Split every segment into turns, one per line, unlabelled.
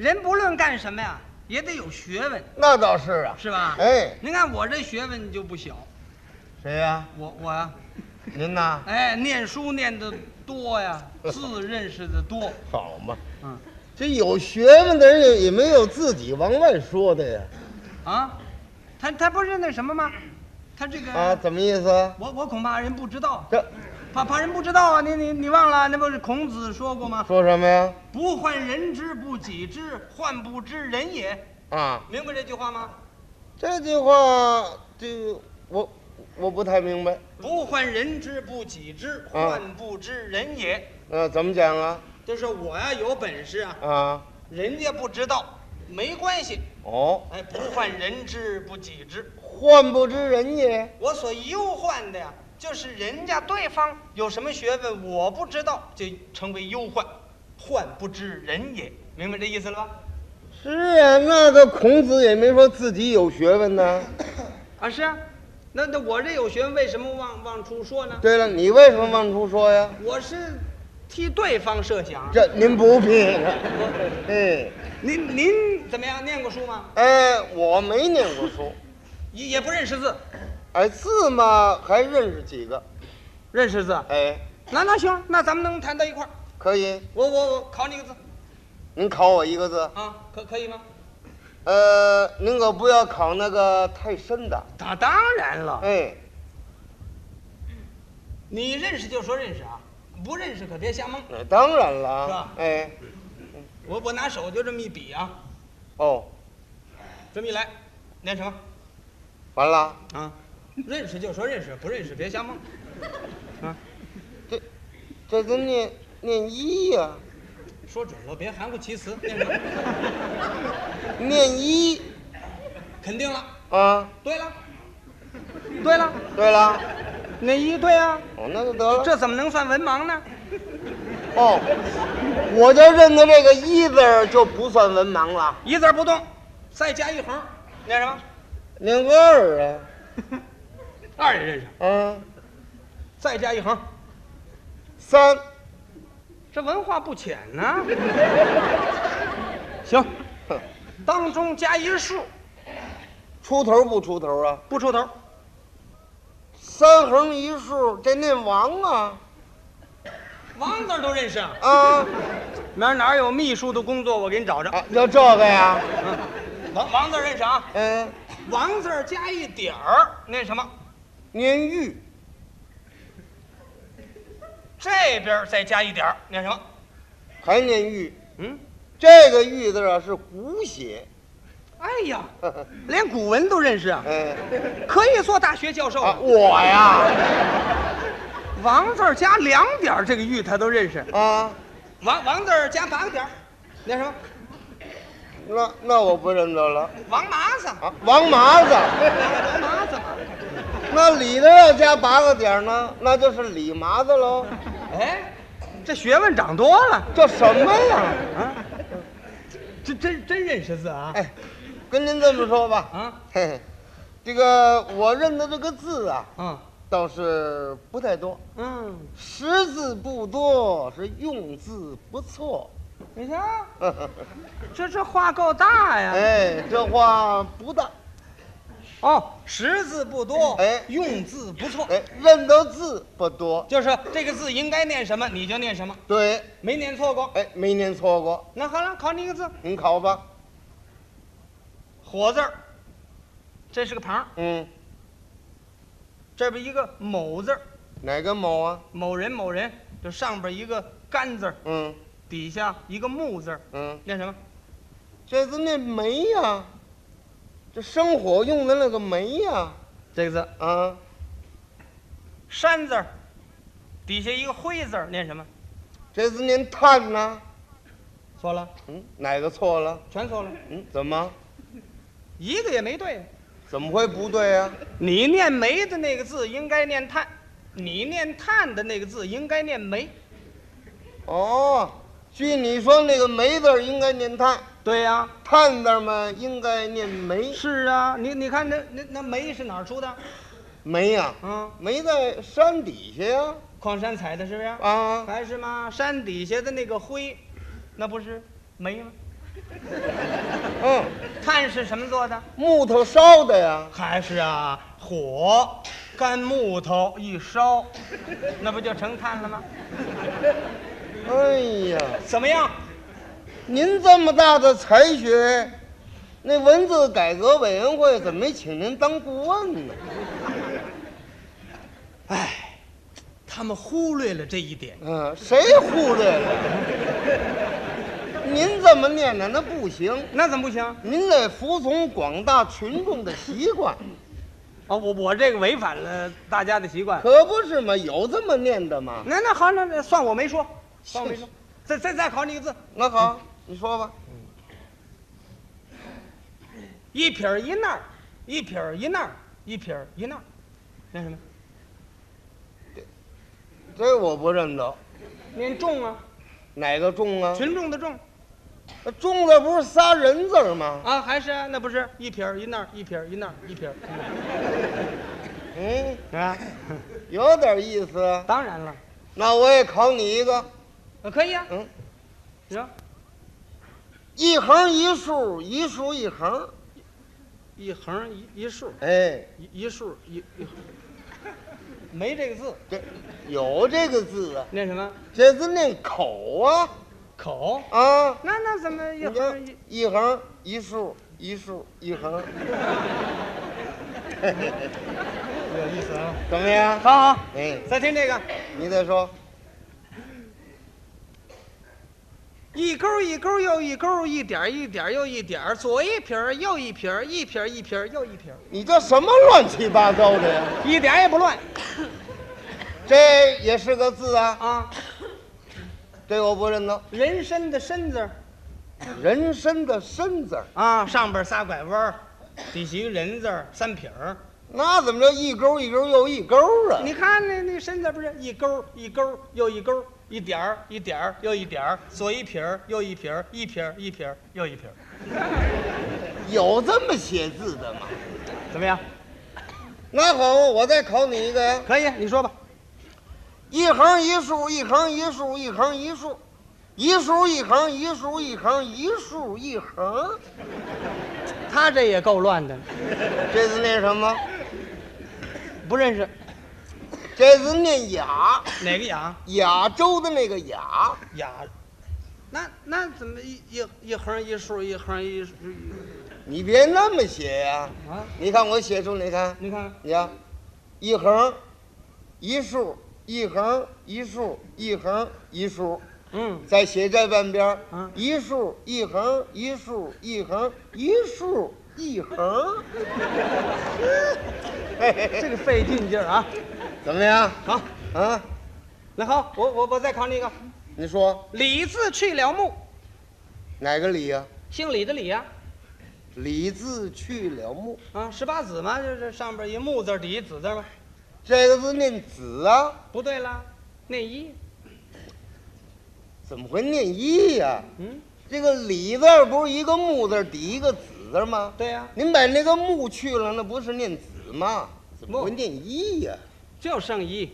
人不论干什么呀，也得有学问，
那倒是啊。
是吧？
哎，
您看我这学问就不小，
谁呀、
我我呀、
您呐？
哎，念书念的多 呀，字认识的多，
好嘛，
嗯，
这有学问的人也也没有自己往外说的呀。
啊，他他不是那什么吗？他这个，
啊，怎么意思？
我我恐怕人不知道，
这
怕怕人不知道啊！你你你忘了，那不是孔子说过吗？
说什么呀？
不患人之不己知，患不知人也。
啊，
明白这句话吗？
这句话，这个我我不太明白。
不患人之不己知，
啊
患不知人也。
呃，怎么讲啊？
就是我呀、有本事啊，
啊，
人家不知道，没关系。
哦，
哎，不患人之不己知，
患不知人也。
我所忧患的呀，就是人家对方有什么学问我不知道，就成为忧患，患不知人也。明白这意思了吧？
是啊，那个孔子也没说自己有学问呢。
啊，是啊，那那我这有学问，为什么忘忘出说呢？
对了，你为什么往出说呀？
我是替对方设想。啊
这您不必 了。哎，
您您怎么样？念过书吗？
哎，我没念过书，
也也不认识字，
哎，字嘛还认识几个。
认识字？
哎，
那那行，那咱们能谈到一块儿。
可以，
我我我考你个字
您考我一个字。
啊，可可以吗？
呃，您可不要考那个太深的。
当当然了，
哎，
你认识就说认识啊，不认识可别瞎蒙。
那当然了
是
啊
吧。
哎，
我我拿手就这么一比啊，
哦，
这么一来，念什么
完了，
啊？认识就说认识，不认识别瞎蒙。啊，
这这得念念一呀、
说准了，别含糊其辞。念什么？
念一
肯定了，
啊。
对了，对了，
对了，
哪一对啊？
哦，那就得了。
这怎么能算文盲呢？
哦，我就认得这个一字儿就不算文盲了。
一字不动，再加一横，念什么？
念个二啊，
二也认识，
啊，
再加一横，
三，
这文化不浅呐。行，
哼
当中加一竖，
出头不出头啊？
不出头。
三横一竖，这念王啊
王字儿都认识啊！
啊
哪儿哪儿有秘书的工作，我给你找着。
啊！就这个呀？
王王字儿认识啊，
嗯，
王字儿加一点儿，那什么，
念玉，
这边儿再加一点儿，那什么，
还念玉。
嗯，
这个玉字啊是古写，
哎呀， 连古文都认识啊，
哎
可以做大学教授
啊，我呀
王字儿加两点儿，这个玉他都认识。
啊，
王王字儿加八个点儿，那什么，
那那我不认得了
王麻子，
啊，王麻子。
王麻子嘛。
那里头要加八个点儿呢，那就是李麻子喽。
哎，这学问长多了
这什么呀？
啊！这真真认识字啊！
哎，跟您这么说吧，
啊
嘿嘿，这个我认得这个字啊，
啊
倒是不太多，
嗯，
识字不多，是用字不错。
你瞧，这这话够大呀！
哎，这话不大，
哦，识字不多，
哎
用字不错，
哎，认得字不多，
就是这个字应该念什么你就念什么，
对，
没念错过。
哎，没念错过，
那好了，考你一个字，
您考吧，
火字儿，这是个旁，
嗯，
这边一个某字儿，
哪个某啊？
某人某人，就上边一个干字儿，
嗯
底下一个木字儿，
嗯，
念什么？
这字念煤呀、这生火用的那个煤呀、
这个字，
啊，
山字儿，底下一个灰字儿，念什么？
这字念炭呐、
错了，
嗯，哪个错了？
全错了，
嗯，怎么？
一个也没对。啊
怎么会不对啊呀、
你念煤的那个字应该念炭，你念炭的那个字应该念煤。
哦，据你说那个煤字儿应该念炭，
对呀、
炭字儿嘛应该念煤。
是啊，你你看那那那煤是哪儿出的？
煤呀、
嗯，
煤在山底下呀、
矿山采的，是不是？
啊。
还是吗？山底下的那个灰，那不是煤吗？
嗯，
炭是什么做的？
木头烧的呀，
还是啊，火，干木头一烧，那不就成炭了吗？
哎呀，
怎么样？
您这么大的才学，那文字改革委员会怎么没请您当顾问呢？
哎，他们忽略了这一点。
嗯，谁忽略了？您这么念呢，那不行，
那怎么不行啊？
您得服从广大群众的习惯，
哦我我这个违反了大家的习惯。
可不是嘛？有这么念的吗？
那那好，那那算我没 说，算我没说。再再再考你一个字，
那好，你说吧。
一撇儿一捺儿，一撇儿一捺儿，一撇儿一捺儿，那什么？
这我不认得，
念众啊，
哪个重啊？
群众的众
重字不是仨人字儿吗？
啊，还是啊那不是一撇儿一捺儿，一撇儿一捺儿，一撇儿一
嗯，
捺儿 啊？
有点意思。
当然了，
那我也考你一个，
呃可以啊。
嗯，
你说
一横一竖，一竖一横。
一横一一竖
哎，
一一竖一一，没这个字，
这有这个字啊，
念什么
这字念口啊
口？
啊。
那那怎么一
你
横
看
一？
一横一竖一竖一横，
有意思啊！
怎么样？
好好，
哎，
再听这个，
你再说，
一勾一勾又一勾，一点一点又一点，左一撇儿右一撇儿，一撇儿一撇儿又一撇儿，
你这什么乱七八糟的呀？
一点也不乱
这也是个字啊，
啊！
这我不认得。
人参的参字儿
人参的参字儿，
啊，上边仨拐弯儿，底下一个人字儿三撇儿。
那怎么着一勾一勾又一勾啊？
你看那那身子不是一勾一勾又一勾，一点儿一点儿又一点儿，左一撇儿右一撇儿，一撇儿一撇儿又一撇儿，
有这么写字的吗？
怎么样？
那好，我再考你一个呀。
可以，你说吧。
一横一竖，一横一竖，一横一竖，一竖一横，一竖一横，一竖一横。
他这也够乱的，
这字念什么？
不认识
这字念雅，
哪个雅
雅洲的那个雅。
雅。那那怎么一一一横一竖一横一竖
你别那么写呀、
啊？
你看我写出来，你看，
你看
你看，一横，一竖，一横一竖，一横一竖。
嗯，
再写这半边儿
啊
一竖一横一竖一横一竖一横，
嗯
嘿嘿嘿
这个费劲劲儿啊。
怎么样？
好，
啊，
那好，我我我再考你一个，
你说
李字去了木，
哪个李呀、
姓李的李呀、
李字去了木，
啊，十八子嘛，就是上边一木字儿，底一子字儿嘛。
这个字念子啊，
不对啦，内衣，
怎么会念一呀、
嗯，
这个李字儿不是一个木字儿抵一个子字儿吗？
对呀、
您把那个木去了，那不是念子吗？怎么会
木
念一呀、
就剩一。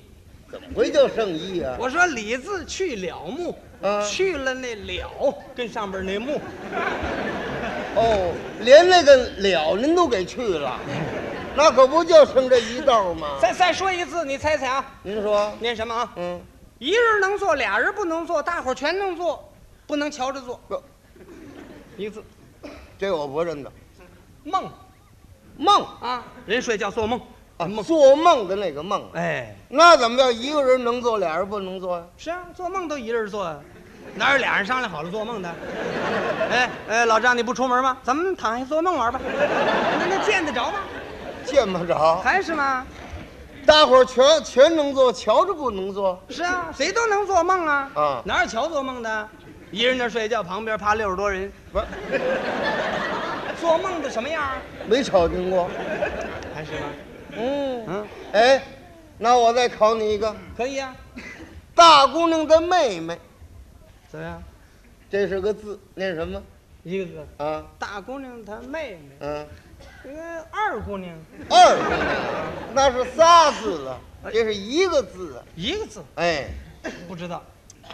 怎么会叫圣一呀、
我说李字去了木，
嗯
去了那了跟上边那木，
哦，连那个了您都给去了，那可不就剩这一道吗？
再再说一次，你猜猜啊，
您说，
念什么啊？
嗯，
一人能做，俩人不能做，大伙儿全能做，不能瞧着做。
不，
一个字，
这我不认得。
梦
梦
啊，人睡觉做梦，
啊，做梦的那个梦，啊
哎，
那怎么叫一个人能做，俩人不能做呀、
是啊，做梦都一人做啊，哪有俩人商量好了做梦的？哎哎，老张你不出门吗？咱们躺下做梦玩吧，那那见得着吗？
见不着，
还是吗？
大伙儿全全能做，瞧着不能做。
是啊，谁都能做梦啊！
啊
哪有瞧做梦的？一人那睡觉，旁边趴六十多人，
不，
做梦的什么样啊？
没瞅见过。
还是吗？
嗯，
嗯，
哎，那我再考你一个，
可以啊。
大姑娘的妹妹，
怎么样？
这是个字，念什么
一个字，
啊？
大姑娘她妹妹，
嗯。
那个二姑娘
二姑娘，那是仨字了，这是一个字啊。
一个字，
哎，
不知道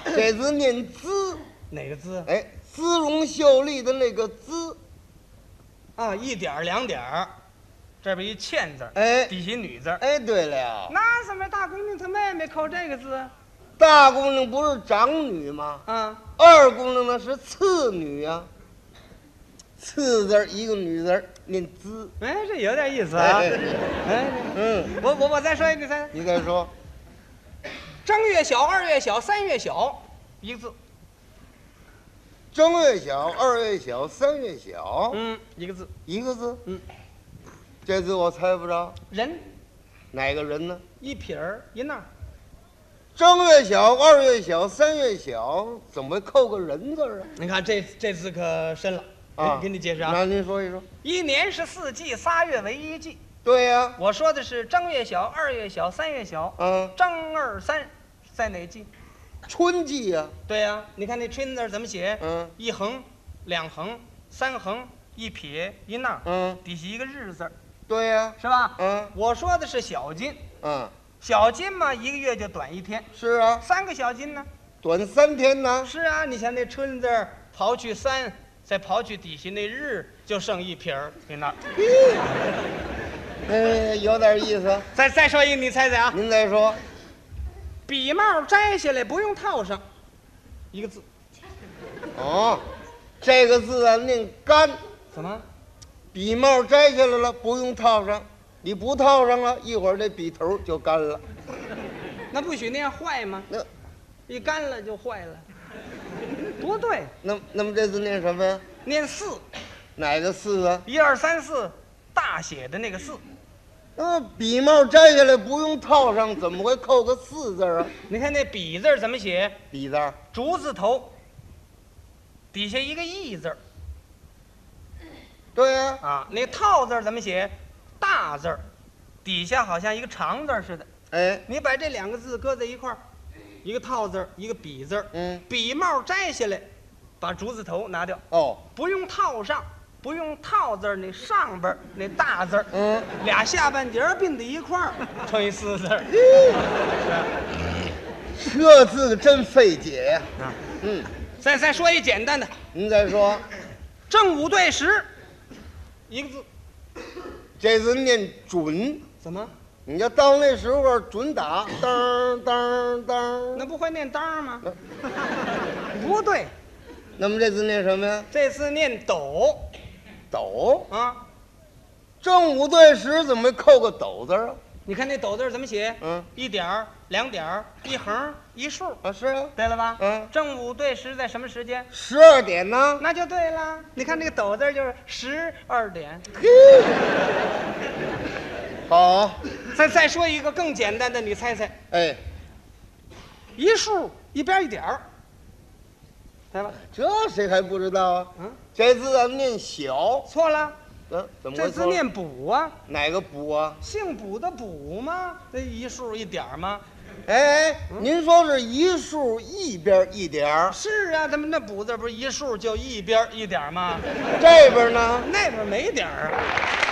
这字念“滋
哪个字”，。
哎，姿容秀丽的那个姿，
啊，一点儿两点儿，这边一欠字儿，
哎
底下女字儿。
哎，对了，
那怎么大姑娘她妹妹扣这个字啊？
大姑娘不是长女吗？
啊，
二姑娘呢是次女呀、次字儿一个女字儿念姿，
哎，这有点意思啊。
哎
哎，
嗯，
我我我再说一个，你再
你再说，
正月小，二月小，三月小，一个字。
正月小，二月小，三月小，
嗯，一个字。
一个字，
嗯，
这字我猜不着
人
哪个人呢？
一撇儿一捺儿，
正月小，二月小，三月小，怎么会扣个人字儿啊？
你看这这字可深了。
啊，
给你解释啊，
那您说一说。
一年是四季，仨月为一季。
对呀、
我说的是正月小，二月小，三月小。
嗯，
正二三在哪季？
春季呀、
对呀、你看那春字儿怎么写？
嗯
一横、两横、三横、一撇、一捺，
嗯，
底下一个日字儿，
对呀、
是吧？
嗯
我说的是小金，
嗯，
小金嘛，一个月就短一天，
是啊，
三个小金呢？
短三天呢。
是啊，你像那春字儿，刨去三，再刨去底下那日，就剩一撇儿一捺。
哎，有点意思。
再再说一个，你猜猜啊？
您再说，
笔帽摘下来不用套上，一个字，
哦，这个字啊念干，
怎么？
笔帽摘下来了，不用套上。你不套上了，一会儿这笔头就干了。
那不许那样坏吗？
那
一干了就坏了，多对。
那那么这字念什么呀？
念四，
哪个四啊？
一二三四，大写的那个四。
那笔帽摘下来不用套上，怎么会扣个四字啊？
你看那笔字儿怎么写？
笔字儿
竹字头，底下一个义字儿
对呀、
啊。那套字儿怎么写？大字儿，底下好像一个长字儿似的。
哎，
你把这两个字搁在一块儿，一个套字儿，一个笔字儿。
嗯，
笔帽摘下来，把竹字头拿掉，
哦，
不用套上，不用套字儿那上边儿那大字儿，
嗯，
俩下半截儿并在一块儿， 嗯成一四字儿。
这字真费解呀、
啊
嗯，
再再说一简单的，
您再说，
正五对十，一个字，
这字念准，
怎么？
你要到那时候准打，当当当。
那不会念当儿吗？不对，
那么这字念什么呀？
这次念斗
斗，
啊！
正五对十怎么扣个斗字儿啊？
你看那斗字儿怎么写？
嗯，
一点儿、两点儿、一横、一竖，
啊是啊，
对了吧？
嗯
正午对十在什么时间？
十二点呢。
那就对了。你看这个斗字儿就是十二点。
嘿， 好，
再再说一个更简单的，你猜猜，
哎，
一竖一边一点儿，对吧？
这谁还不知道啊？
嗯，
这字啊念小，
错了，
嗯、怎么
这
会
字
错
念补啊。
哪个补啊？
姓卜的卜吗？这一竖一点儿吗？
哎哎，您说是一竖一边儿一点儿，
是啊，咱们那卜字不是一竖就一边儿一点儿吗？
这边儿呢？
那边儿没点儿啊。